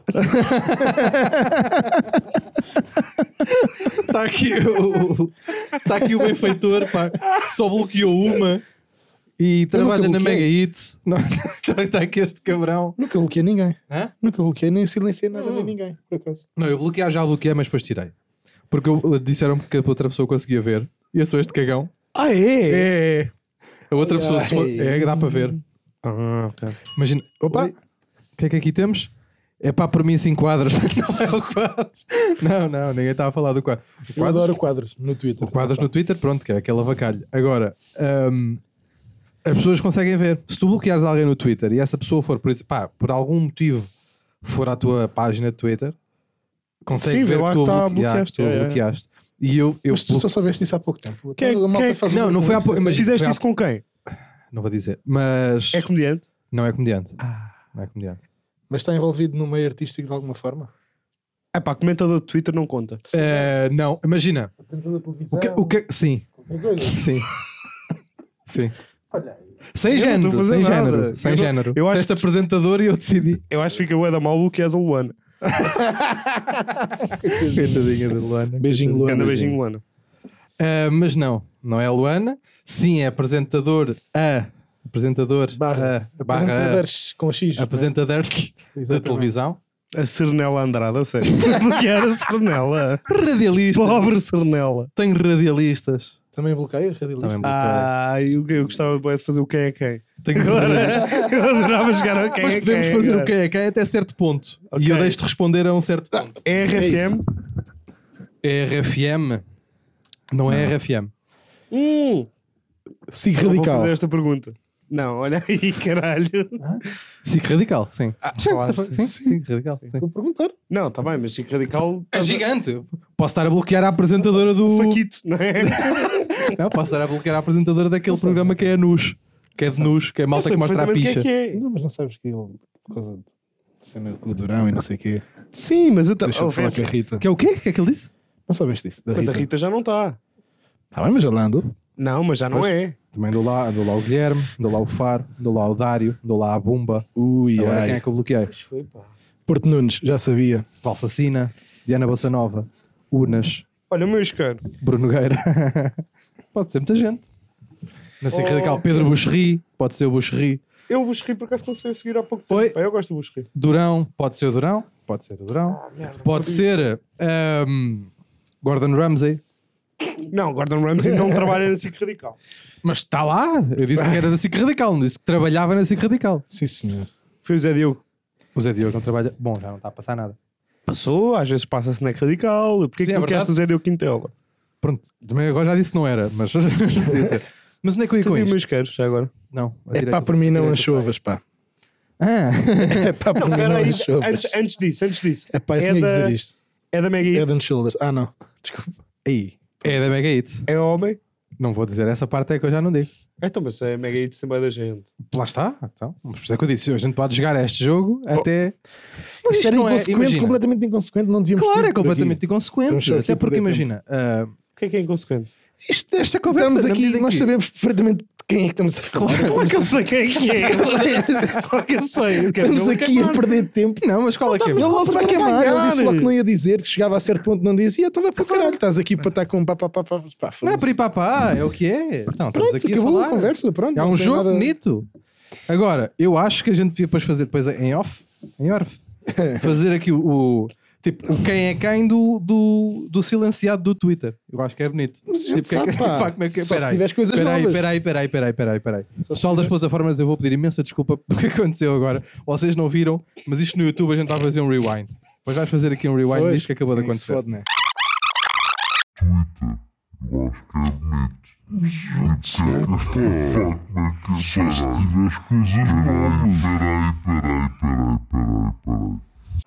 Está tá aqui o, o- está aqui o benfeitor, pá, que só bloqueou uma e trabalha na bloqueei. Mega Hits. Não, então está aqui este cabrão. Nunca bloqueei ninguém. Hã? Nunca bloqueei nem silenciei nada de Hum. ninguém, por acaso. Não, eu bloqueei, já bloqueei, mas depois tirei. Porque eu- eh, disseram-me que a outra pessoa conseguia ver. E eu sou este cagão. Ah, é? É, é. A outra pessoa, se for, Ai. é, dá para ver. Ah, ok. Imagina, opa, Oi. o que é que aqui temos? É pá, por mim assim quadros, não é o quadros. Não, não, ninguém está a falar do quadro. O Eu quadros, adoro quadros no Twitter. o quadros no Twitter, pronto, que é aquela vacalha. Agora, hum, as pessoas conseguem ver. Se tu bloqueares alguém no Twitter e essa pessoa for, por, isso, pá, por algum motivo, for à tua página de Twitter, consegue Sim, vê ver lá que tu que tá a bloqueaste. tu bloqueaste, a é, é. bloqueaste. E eu, eu Mas tu só soubeste isso há pouco tempo. Quem é- Toda a malta quem é- faz Não, uma não foi há conversa. pouco, mas- Fizeste foi isso com quem? não vou dizer, mas É Ah. comediante? não é comediante. Não é comediante. Mas está envolvido no meio artístico de alguma forma? É pá, comentador de Twitter não conta. Eh, não, imagina. Dentro da televisão? O que, o que, sim, Qualquer coisa. Sim. Sim. Olha aí. Sem Eu não género, estou a fazer sem nada. género, sem Eu não- género. eu acho Fizeste apresentador e eu decidi. Eu acho que fica o Eda Malu que és a Luana. Coitadinha da Luana. Beijinho, Luana. Anda beijinho. beijinho, Luana. Ah, mas não, não é a Luana. Sim, é apresentador a. Apresentador Barra. a. Barra Apresentadores com X. a. Apresentador da Exatamente. televisão. A Serenela Andrade, a sério. Mas bloquear a Serenela. Radialista. Pobre Serenela. Tem radialistas. Também bloqueias, radialistas? Também Ah, eu, eu gostava bué de fazer o quem é quem. Tem Agora, eu adorava chegar ao quem Mas é podemos quem. fazer o agora. que é, quem até certo ponto. E Ok. eu deixo-te responder a um certo ponto. É RFM? É RFM? Não é RFM. Hum, Sigo não vou radical. fazer esta pergunta. Não, olha aí, caralho. SIC Radical, sim. Ah, Sim, claro, tá- sim, sim, sim. SIC Radical, sim. Vou perguntar. Não, tá bem, mas Chico Radical. tá É gigante. Posso estar a bloquear a apresentadora do. Faquito, não é? Não, posso estar a bloquear a apresentadora daquele programa que é a Nus. Que é de Nus, que é a Eu malta sei que mostra a picha. perfeitamente o que é que é. Não, mas não sabes que ele, por causa de cena com o Durão e não sei o quê, é. Sim, mas eu também. deixou de falar com a Rita. Que é o quê? Que é que ele disse? Não sabeste isso? Da Mas Rita. a Rita já não está. Tá bem, mas já lá andou. Não, mas já não Pois. é. Também dou lá, dou lá o Guilherme, dou lá o Faro, dou lá o Dário, dou lá a Bumba. Ui, Agora ai. quem é que eu bloqueei? Porto Nunes, já sabia. Valsacina, Diana Bossa Nova, Unas, Olha, meus caros. Bruno Gueira. Pode ser muita gente. Na SIC Oh. Radical, Pedro Buxerri, pode ser o Buxerri. Eu vos ri por acaso comecei a seguir há pouco Oi. tempo. Pá, Eu gosto de vos rir. Durão, pode ser o Durão, pode ser o Durão. Ah, Pode ser ahm, Gordon Ramsay, Não, Gordon Ramsay não trabalha na SIC Radical. mas está lá. Eu disse que era da SIC Radical, não disse que trabalhava na SIC Radical. Sim, senhor. Foi o Zé Diogo. O Zé Diogo não trabalha. Bom, já não está a passar nada. Passou, às vezes passa-se na Radical. Porquê Sim, que é tu queres verdade. o Zé Diogo Quintela? Pronto, também agora já disse que não era, mas. podia ser. mas onde é que eu ia Estás com aí, isto? meus caros, já agora. Não, a É direita- pá, por mim a não direita- anchovas, pá. Ah, É pá, por mim não Espera aí, anchovas. antes, antes disso, antes disso. É pá, eu tinha que dizer isto. um É da Mega Head and Hits. Shoulders. Ah, não. Desculpa. aí. É da Mega Hits. É homem? Não vou dizer essa parte, é que eu já não digo. Então, mas é Mega Hits também da gente. Lá está, então. Mas por isso é que eu disse, a gente pode jogar este jogo até. Mas Isto é era inconsequente, completamente inconsequente, não devíamos Claro, ter é por aqui. completamente Estamos inconsequente. aqui Até por porque, dentro. imagina, ah, O que é que é inconsequente? isto, esta conversa. Estamos na aqui, medida nós que- sabemos perfeitamente de quem é que estamos a falar. Claro que eu sei quem é que é. Claro que eu sei. Eu quero Estamos ver o que é aqui que a faz. perder tempo. Não, mas qual é que é? Ele mesmo? logo se vai para queimar. Ele ganhar. disse logo que não ia dizer, que chegava a certo ponto não dizia, então vai para caralho, estás aqui para estar com um pá, pá, pá, pá, pá, Não é foda-se. piripapá, é o que é. Então, estamos Pronto, aqui a acabou a falar. conversa, pronto. É não um tem jogo nada- bonito. Agora, eu acho que a gente devia depois fazer, depois em off, em off, fazer aqui o, o- tipo, o quem é quem do, do, do silenciado do Twitter. Eu acho que é bonito. Mas a gente Tipo, quem é sabe, que- pá. pá, como é que- Só se peraí, tiveres coisas peraí, novas. Peraí, peraí, peraí, peraí, peraí. Só se Pessoal das plataformas, eu vou pedir imensa desculpa porque aconteceu agora. Vocês não viram, mas isto no YouTube a gente vai fazer um rewind. Depois vais fazer aqui um rewind Pois, disto que acabou de quem se acontecer. fode, né?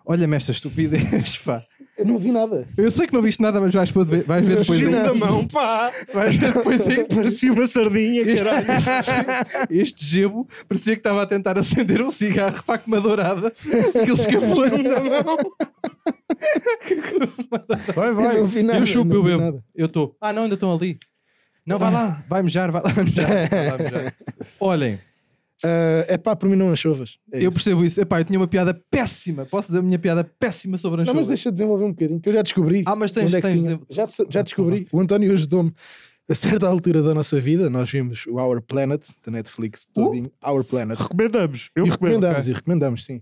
Olha-me esta estupidez, pá. Eu não vi nada. Eu sei que não viste nada, mas vais, poder ver, vais ver depois. Fugiu em- da mão, pá. Vais ver depois em Parecia uma sardinha, Este, caralho. este, este gebo parecia que estava a tentar acender um cigarro para uma dourada. Aquele escapou na mão. Vai, Eu não vi nada. eu chupo, não eu vi bebo. nada. Eu estou. Ah, não, ainda estão ali. Não, vai lá, vai mejar, vai lá mejar. vai lá mejar. Olhem, Ah, É pá, por mim não anchovas. É eu isso. percebo isso. Epá, eu tinha uma piada péssima. Posso dizer a minha piada péssima sobre a Não, mas chuva? deixa eu desenvolver um bocadinho, que eu já descobri. Ah, mas tens- onde é que tens tinha. de- já, já descobri. O António ajudou-me. A certa altura da nossa vida, nós vimos o Our Planet, da Netflix, todinho, Our Planet. Recomendamos. Eu e recomendo. recomendamos, e recomendamos, sim.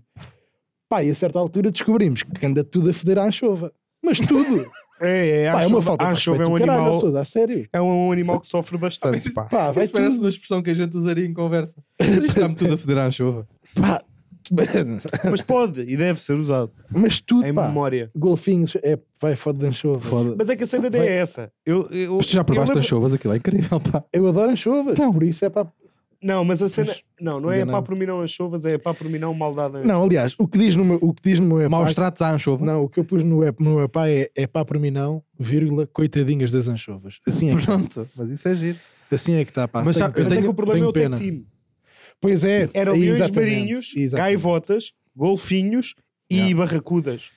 Pá, e a certa altura descobrimos que anda tudo a foder à chova. Mas tudo. É, é, Pá, é acho- uma falta de acho que respeito. é um do caralho, animal. Sousa, a sério. É um animal que sofre bastante, pá. Pá, vai Isso parece tudo. uma expressão que a gente usaria em conversa. Isto está-me tudo a foder à chuva. Pá. Mas pode e deve ser usado. Mas tudo, Em pá. memória. Golfinhos, é, vai foda de anchova. Mas é que a cena não é Vai- essa. Eu, eu, Mas tu já eu provaste lembro- as chuvas, aquilo é incrível, pá. Eu adoro anchovas, Então. por isso é pá. Não, mas a cena. Não, não é enganando. pá por mim não as chuvas, é pá por mim não maldade. anjo. Não, aliás, o que diz no meu, o que diz no meu epá, Maus tratos à anchova. não, o que eu pus no ep- no epá é, é pá para mim não, vírgula, coitadinhas das anchovas. Assim é que, Pronto, mas isso é giro. assim é que está, pá. Mas Tenho já- pena. mas é que tenho- o problema é o tenho tech team. Pois é, Eram leões exatamente, marinhos, exatamente. gaivotas, golfinhos e barracudas.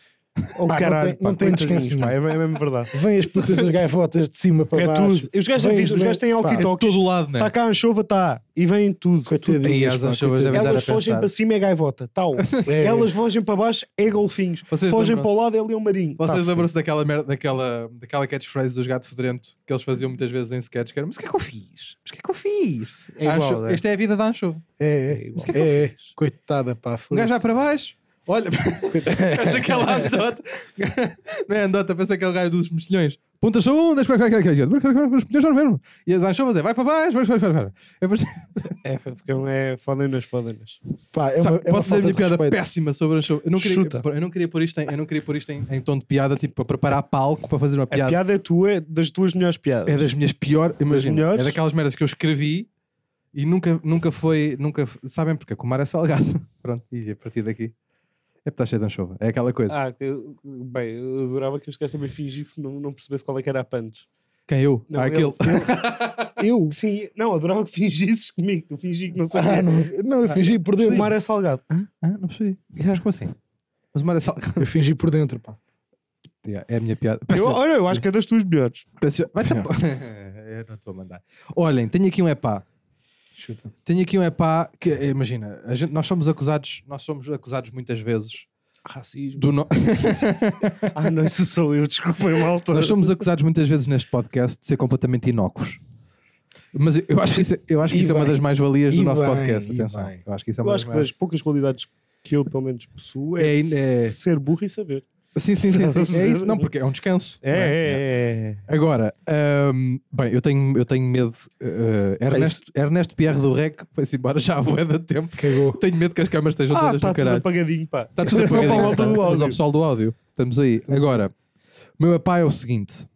Oh, Pá, não caralho, tem- não pá, tem coitadinhos, descanso pá, é, é mesmo verdade. Vêm as putas das gaivotas de cima para É baixo. tudo. Os gajos, já Vem viste, os os gajos me- têm pá, é walkie-talkies. Todo o lado, né? Está cá a anchova, está. E vem tudo. tudo. E Coitadinhas, as pá, anchovas coitadinhas. devem dar a Elas fogem pensar. para cima é gaivota. Tal. É, Elas fogem para baixo é golfinhos. Vocês fogem lembram-se? para o lado é leão marinho. Tá, Vocês lembram-se daquela, merda- daquela, daquela catchphrase dos gato fedrento que eles faziam muitas vezes em sketches? Que era, mas o que é que eu fiz? Mas o que é que eu fiz? É igual, Ancho- é. Esta é a vida da anchova. É, é. É igual. que é que eu É, é. fiz? Coitada, pá. Um gajo vai foda-se. para baixo. Olha, é faz aquela anedota. Não é anedota, pensa aquele gajo dos mexilhões. Pontas são um, deixa para cá, os mexilhões são mesmo. E as anchoas é, vai para baixo, vai, vai, vai, vai. É por isso- É, ficam é, fodem-nas, fodem-nas. Pá, é Sabe, posso uma- é uma dizer a falta minha de piada respeito. péssima sobre a anchova? Eu não queria, Chuta. eu não queria pôr isto, em, eu não queria pôr isto em, em tom de piada, tipo, para preparar palco, para fazer uma A piada. piada é tua, é das tuas melhores piadas. É das minhas piores, imagina, melhores? é daquelas merdas que eu escrevi e nunca, nunca foi, nunca, sabem porque? Que o mar é salgado. Pronto, e a partir daqui é porque está cheio de anchova. É aquela coisa. Ah, que- bem, eu adorava que os gajos também fingissem que não, não percebesse qual é que era a Pantos. Quem eu? Não, Ah, aquele. eu- eu- Eu? sim, não, adorava que fingisses comigo, que eu fingi que não sabia. Ah, não, não, eu fingi por o dentro. mar é salgado. Ah, não percebi. E sabes como assim? Mas o mar é salgado. Eu fingi por dentro, pá. Yeah, é a minha piada. Eu, Peço- olha, eu acho que é das tuas melhores. peço- Vai-te a- eu não estou a mandar. Olhem, tenho aqui um epá. Chuta. Tenho aqui um epá que, eh, imagina, a gente- nós somos acusados, nós somos acusados muitas vezes Racismo. do no- Ah, não, isso sou eu, desculpa, malta. Nós somos acusados muitas vezes neste podcast de ser completamente inócuos. Mas eu acho que isso, eu acho que E isso é uma bem. das mais-valias do E nosso bem, podcast. e Atenção. bem. Eu acho que isso é Eu uma acho que das mais... das poucas qualidades que eu, pelo menos, possuo é, É, é- ser burro e saber. Sim, sim, sim, sim. Sabes? É isso, não, porque é um descanso. não É, é, é. Agora, hum, bem, eu tenho, eu tenho medo. eh, É Ernesto, Ernesto Pierre do Rec foi-se embora já há bué de tempo. Cagou. tá Tenho medo que as câmaras estejam Ah, todas está no tudo caralho. apagadinho, pá. Está tudo É só para a volta do apagadinho, tá Mas ao áudio. pessoal do áudio, estamos aí. Agora, o meu epá é o seguinte: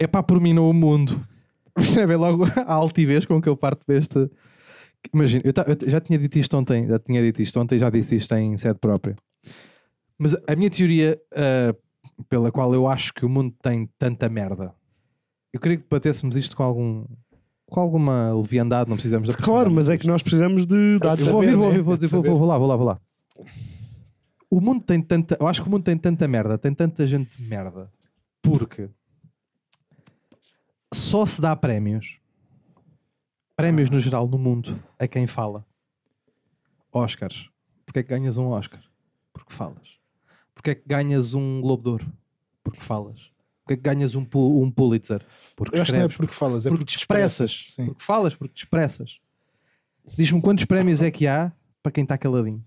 é pá por mim não o mundo. Percebem logo a altivez com que eu parto deste. Imagina, eu, ta- eu já tinha dito isto ontem, já tinha dito isto ontem, já disse isto em sede própria. Mas a minha teoria ah, pela qual eu acho que o mundo tem tanta merda, eu queria que debatêssemos isto com algum. Com alguma leviandade, não precisamos de Claro, mas é que nós precisamos de dados. eu vou saber, ouvir, vou né? ouvir, vou É de dizer, vou, saber. vou lá, vou lá, vou lá. O mundo tem tanta. Eu acho que o mundo tem tanta merda, tem tanta gente de merda, porque só se dá prémios, prémios no geral no mundo, a quem fala. Oscars. Porquê é que ganhas um Oscar? Porque falas. Porquê é que ganhas um Globo de Ouro? Porque falas. Porquê é que ganhas um, Pul- um Pulitzer? Porque Eu acho que não é escreves porque falas, é porque porque te expressas. expressas, sim. Porque falas, porque te expressas. Diz-me quantos prémios é que há para quem está caladinho.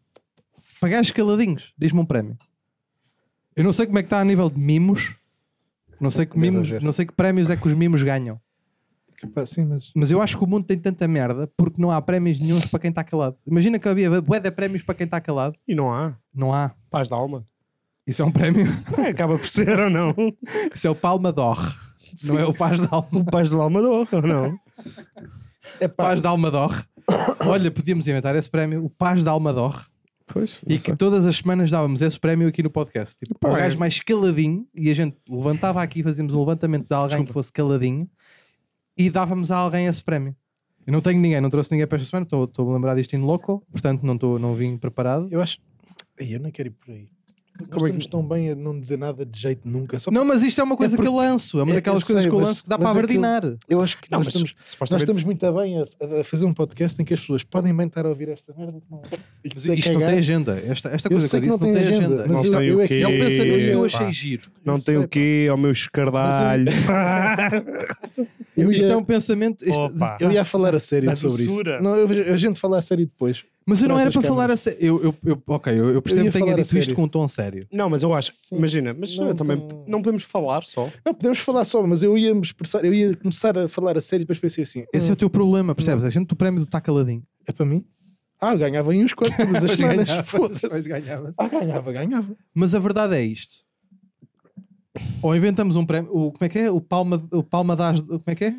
Para gajos caladinhos, diz-me um prémio. Eu não sei como é que está a nível de mimos. Não sei que, Deve mimos, haver. não sei que prémios é que os mimos ganham. Pá, sim, mas. Mas eu acho que o mundo tem tanta merda porque não há prémios nenhuns para quem está calado. Imagina que havia bué de prémios para quem está calado. E não há. Não há. Paz da alma. Isso é um prémio. É, acaba por ser ou não? Isso é o Palma d'Or. Não é o Paz da Alma. Paz da alma dor, ou não? É pá, Paz da Alma d'Or. Olha, podíamos inventar esse prémio. O Paz da Alma d'Or. Pois. E que todas as semanas dávamos esse prémio aqui no podcast. Tipo, Pá, o é. gajo mais caladinho, e a gente levantava aqui, fazíamos um levantamento de alguém que fosse caladinho e dávamos a alguém esse prémio. Eu não tenho ninguém, não trouxe ninguém para esta semana, estou estou a lembrar disto em louco, portanto não, estou não vim preparado. eu acho. Ei, eu não quero ir por aí. Como é que- estamos tão bem a não dizer nada de jeito nunca. Só Não, mas isto é uma coisa Então, porque- que eu lanço. É uma É, daquelas eu coisas sei, que eu mas- lanço que dá mas para aquilo- abardinar. Eu acho que Não, nós, mas estamos, nós supostamente- estamos muito a bem a, a fazer um podcast em que as pessoas podem bem estar a ouvir esta merda. Não, e que Mas se isto não cagar. tem agenda. Esta, esta é. Eu coisa que sei eu que disse não tem agenda, mas Não eu, tem eu o é que quê? É um pensamento que eu achei é Pá. giro. Não Eu tem sei, o quê ao meu escardalho. Eu Isto é ia, um pensamento. isto- Opa. eu ia falar a sério A sobre doçura. isso. Não, eu- a gente fala a sério depois. Mas eu não Pronto, era acho para que é falar a sério. Eu, eu, eu- ok, eu, eu percebo ia que tenha falar a dito isto sério. com um tom sério. não, mas eu acho, Sim. imagina, mas Não eu também tem- não então- podemos falar só. Não, podemos falar só, mas eu ia me expressar, eu ia começar a falar a sério e depois pensei assim: Esse é "Hum, o teu problema, percebes? A gente do prémio do Tá Caladinho. é para mim? Ah, ganhava em uns quantos todas as Mas semanas. ganhavas, foda-se. mas ganhavas. Ah, ganhava, ganhava. Mas a verdade é isto. Ou inventamos um prémio. O, como é que é? O Palma, o palma das. Como é que é?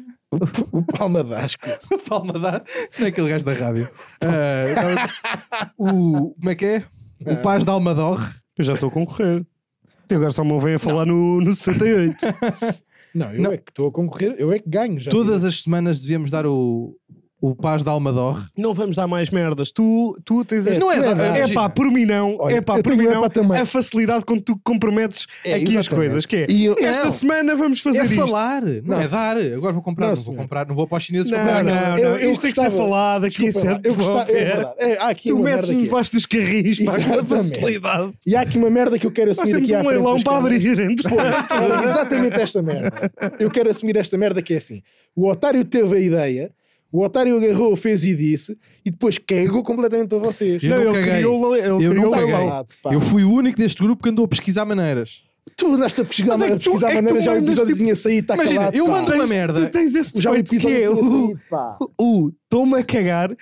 O Palma Dasco. O Palma das. Isso não é aquele gajo da rádio. Ah, o, como é que é? O Paz da Almadorre. Eu Ah. já estou a concorrer. E agora só me ouvem a falar no, no 68. Não, eu Não. é que estou a concorrer, eu é que ganho já. Todas as semanas devíamos dar o, o Paz da Almadorre. não vamos dar mais merdas. Tu, tu tens É, este- tu é é, dado. pá, por mim não. Olha, é pá, eu por também mim é não. pá também. a facilidade com que tu comprometes É, aqui as exatamente. coisas. Que é, E eu- esta Não. semana vamos fazer é isto. falar, não, é Não, dar. Agora vou comprar, Não, não, vou senhor. comprar, não vou para os chineses Não, comprar. não, aquela- não. eu- eu isto tem que ser gostava- falado aqui em Desculpa lá, sete eu gostava, é verdade. É, há aqui Tu um uma merda metes-nos aqui. debaixo dos carris para aquela Exatamente. facilidade. E há aqui uma merda que eu quero Nós assumir temos aqui à um frente leilão das para câmaras. abrir, então. entre Era exatamente esta merda. Eu quero assumir esta merda que é assim. O otário teve a ideia, o otário agarrou, fez e disse, e depois cagou completamente para vocês. Eu não ele caguei. criou, ele Eu criou não Tá caguei. lá, pá. Eu fui o único deste grupo que andou a pesquisar maneiras. Tu andaste a pesquisar, Mas é a que tu- pesquisar é que tu maneira, já o andas, episódio tipo- tinha saído, está Imagina, calado. eu pá. ando uma merda. Tu tens esse Já o defeito que episódio é tinha o saído, pá. o estou-me a cagar,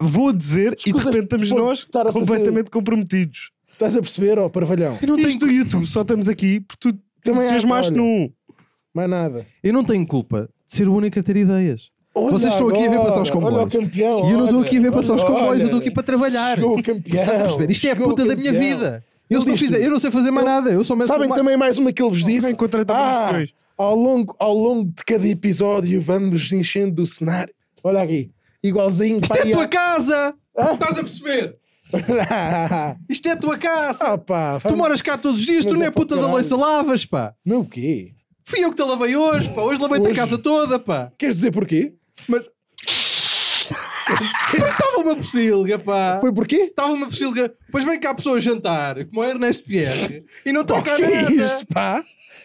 vou dizer e Escusas de repente estamos por nós estar a fazer- completamente comprometidos. Estás a perceber, ó, parvalhão? Eu não, tenho, Isto do YouTube só estamos aqui porque tu Também Também acho, entusiasmaste olha. num. Mais nada. eu não tenho culpa de ser o único a ter ideias. Olha Vocês estão aqui a ver agora, passar os comboios. Olha o campeão. E eu não estou olha, aqui a ver passar os olha, comboios, eu estou olha. aqui para trabalhar. Chegou o campeão. Estás a perceber? Isto é a chegou o puta da minha campeão. vida. Eu, não, diz-te. fizer- eu não sei fazer mais nada. Eu só meto Sabem uma- também mais uma que ele vos disse? Bem, contratamos Ah, os dois. ao, longo, ao longo de cada episódio vamos enchendo o cenário. Olha aqui, igualzinho. Isto pá, é a e tua casa! Estás a perceber? há- Isto é a tua casa! ah, pá, tu vai- moras cá todos os dias, Mas tu não é é puta para da caralho. loiça lavas, pá! Não o quê? Fui eu que te lavei hoje, pá! Hoje lavei-te a Hoje? casa toda, pá! Queres dizer porquê? Mas. Mas Estava uma pocilga, pá! Foi porquê? Estava uma pocilga. Pois vem cá a pessoa jantar, como o Ernesto Pierre, e não Pá, toca a que é nada. isto, pá?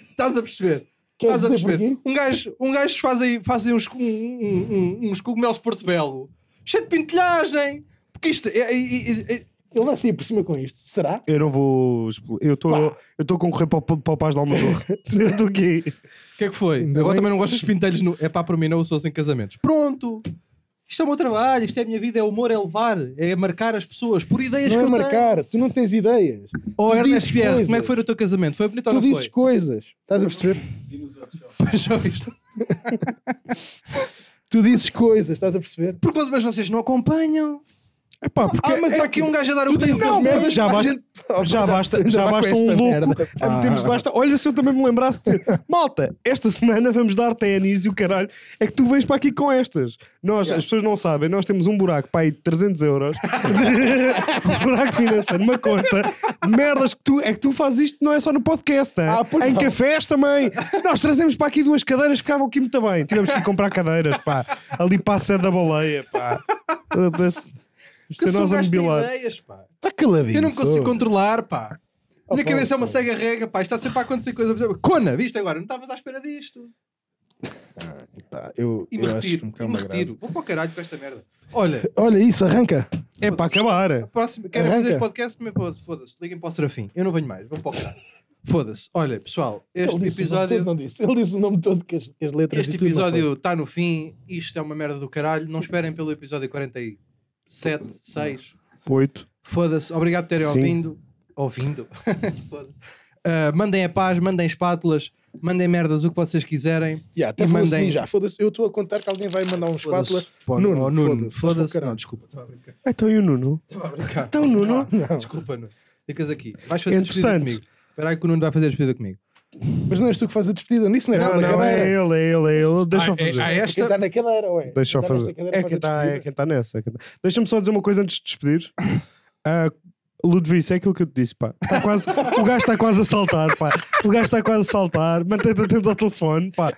Estás a perceber? Queres Estás a dizer perceber? porquê? Um gajo, um gajo faz aí, faz aí uns, cu- um- um- um- uns cogumelos de portobello cheio de pintelhagem. Porque isto é. é- é- é- Ele vai sair por cima com isto. Será? Eu não vou. expl- Eu estou Pá. eu estou a concorrer para, o- para o Paz de Alma Torre. eu estou aqui. O que é que foi? Ainda Agora bem- também não gostas de pintelhos. No... É pá, para mim não, eu sou sem casamentos. Pronto! Isto é o meu trabalho, isto é a minha vida, é o humor, é levar, é marcar as pessoas por ideias não que é eu tenho. marcar, tu não tens ideias. Oh, Tu Ernesto dizes Pierre, coisas. como é que foi o teu casamento? Foi bonito ou tu Então não dizes foi? coisas. Estás a perceber? Já viste? Tu dizes coisas, estás a perceber? Porque mas vocês não acompanham. É pá, porque Ah, mas é está que aqui um gajo a dar o que essas merdas, já pá, basta- gente- Oh, já basta, já vai com basta um esta louco merda. Ah. a metermos debaixo. da- Olha, se eu também me lembrasse de dizer, malta, esta semana vamos dar ténis e o caralho, é que tu vens para aqui com estas. Nós, as pessoas não sabem, nós temos um buraco para aí de 300 euros, um buraco financeiro, uma conta, merdas que tu, é que tu fazes isto, não é só no podcast, hã? Ah, pois em não. cafés também. Nós trazemos para aqui duas cadeiras, ficavam aqui muito bem. Tivemos que ir comprar cadeiras, pá, ali para a sede da baleia, pá. Porque eu Ser sou um nós a gajo de mobilar. ideias, pá. Está caladinho. Eu não sou. consigo controlar, pá. Oh, Minha pá, cabeça é uma sou. cega rega, pá. Isto está sempre a acontecer coisa. por exemplo, Cona, viste agora? Não estavas à espera disto. Pá, eu, E me eu acho retiro. um e bocado me uma graça. retiro. Vou para o caralho com esta merda. Olha, Olha isso, arranca. É para acabar. próximo. Querem Arranca. fazer este podcast? Também foda-se. Foda-se. Liguem para o Serafim. Eu não venho mais. Vou para o caralho. Foda-se. Olha, pessoal, este Ele disse o nome todo, episódio. não disse. Ele disse o nome todo que as, que as letras Este e tudo não episódio está no fim. Isto é uma merda do caralho. Não esperem pelo episódio 47, 6. Oito. Foda-se, obrigado por terem Sim. ouvindo. Ouvindo. Foda-se. Ah, mandem a paz, mandem espátulas, mandem merdas, o que vocês quiserem. foi. Yeah, até E falou mandem- assim já. Foda-se, eu estou a contar que alguém vai mandar um espátula. Foda-se. Pô, Nuno, oh, Nuno, foda-se. foda-se, faz com não, caralho. desculpa, estava a brincar. Então e o Nuno? Estava a brincar. Então, Nuno? Não. Desculpa, Nuno. Ficas aqui. Vais fazer a despedida Entretanto. comigo. Espera aí que o Nuno vai fazer a despedida comigo. Mas não és tu que faz a despedida, nisso não é Não, nada. não, é cadeira. ele, é ele, é ele. Deixa-me fazer. Ah, Quem esta... está na cadeira, ué. Deixa eu Quem tá nessa fazer. cadeira É faz quem a está é despedida. quem tá nessa. é quem tá- Deixa-me só dizer uma coisa antes de despedir. Ah, Ludovice, é aquilo que eu te disse, pá. Tá quase, o gajo está quase a saltar, pá. O gajo está quase a saltar. Mantém-te atento ao telefone, pá.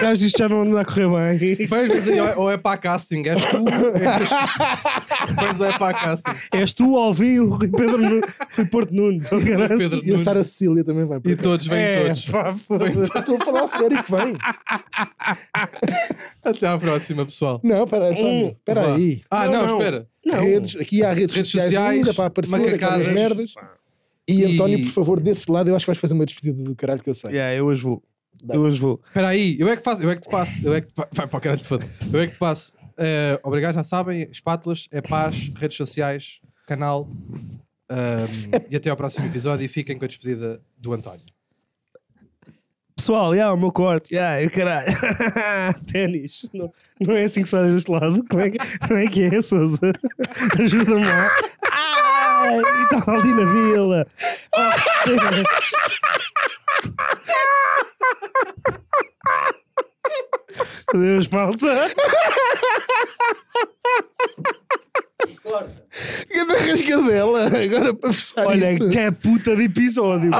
O gajo isto já não anda a correr bem. Vens, mas aí, ou- ou é para a casting, és tu. és tu. Vens ou é para a casting. És tu, o Alvin, o Rui Pedro, Nu- Rui Porto Nunes. oh, caralho. Pedro E a Nuno. Sara Cecília também vai. por E acaso. todos, vêm É, todos. pá, foda-se. Estou a falar sério que vem. Até à próxima, pessoal. Não, pera, António, Hum, espera vá. aí. Ah, Não, não, não. espera. Não. Redes, aqui há redes, Redes sociais, sociais, ainda para aparecer, aquelas macacadas. merdas. Pá. E, E- António, por favor, desse lado, eu acho que vais fazer uma despedida do caralho que eu sei. Yeah, eu hoje vou. Dá. Eu hoje vou. Espera aí, eu é que faço, eu é que te passo, eu é que te pa- vai para o caralho, foda. Eu é que te passo. Eh, obrigado, já sabem, espátulas, é paz, redes sociais, canal. ehm, e até ao próximo episódio e fiquem com a despedida do António. Pessoal, yeah, o meu corte, yeah, eu caralho. Ténis. Não, não é assim que se faz deste lado. Como é que, como é, que é, Souza? Ajuda-me lá. Ai, e estava ali na vila. Oh, Deus. Deus, malta. Grande rasgadela, agora para fechar Olha, isto. que é puta de episódio.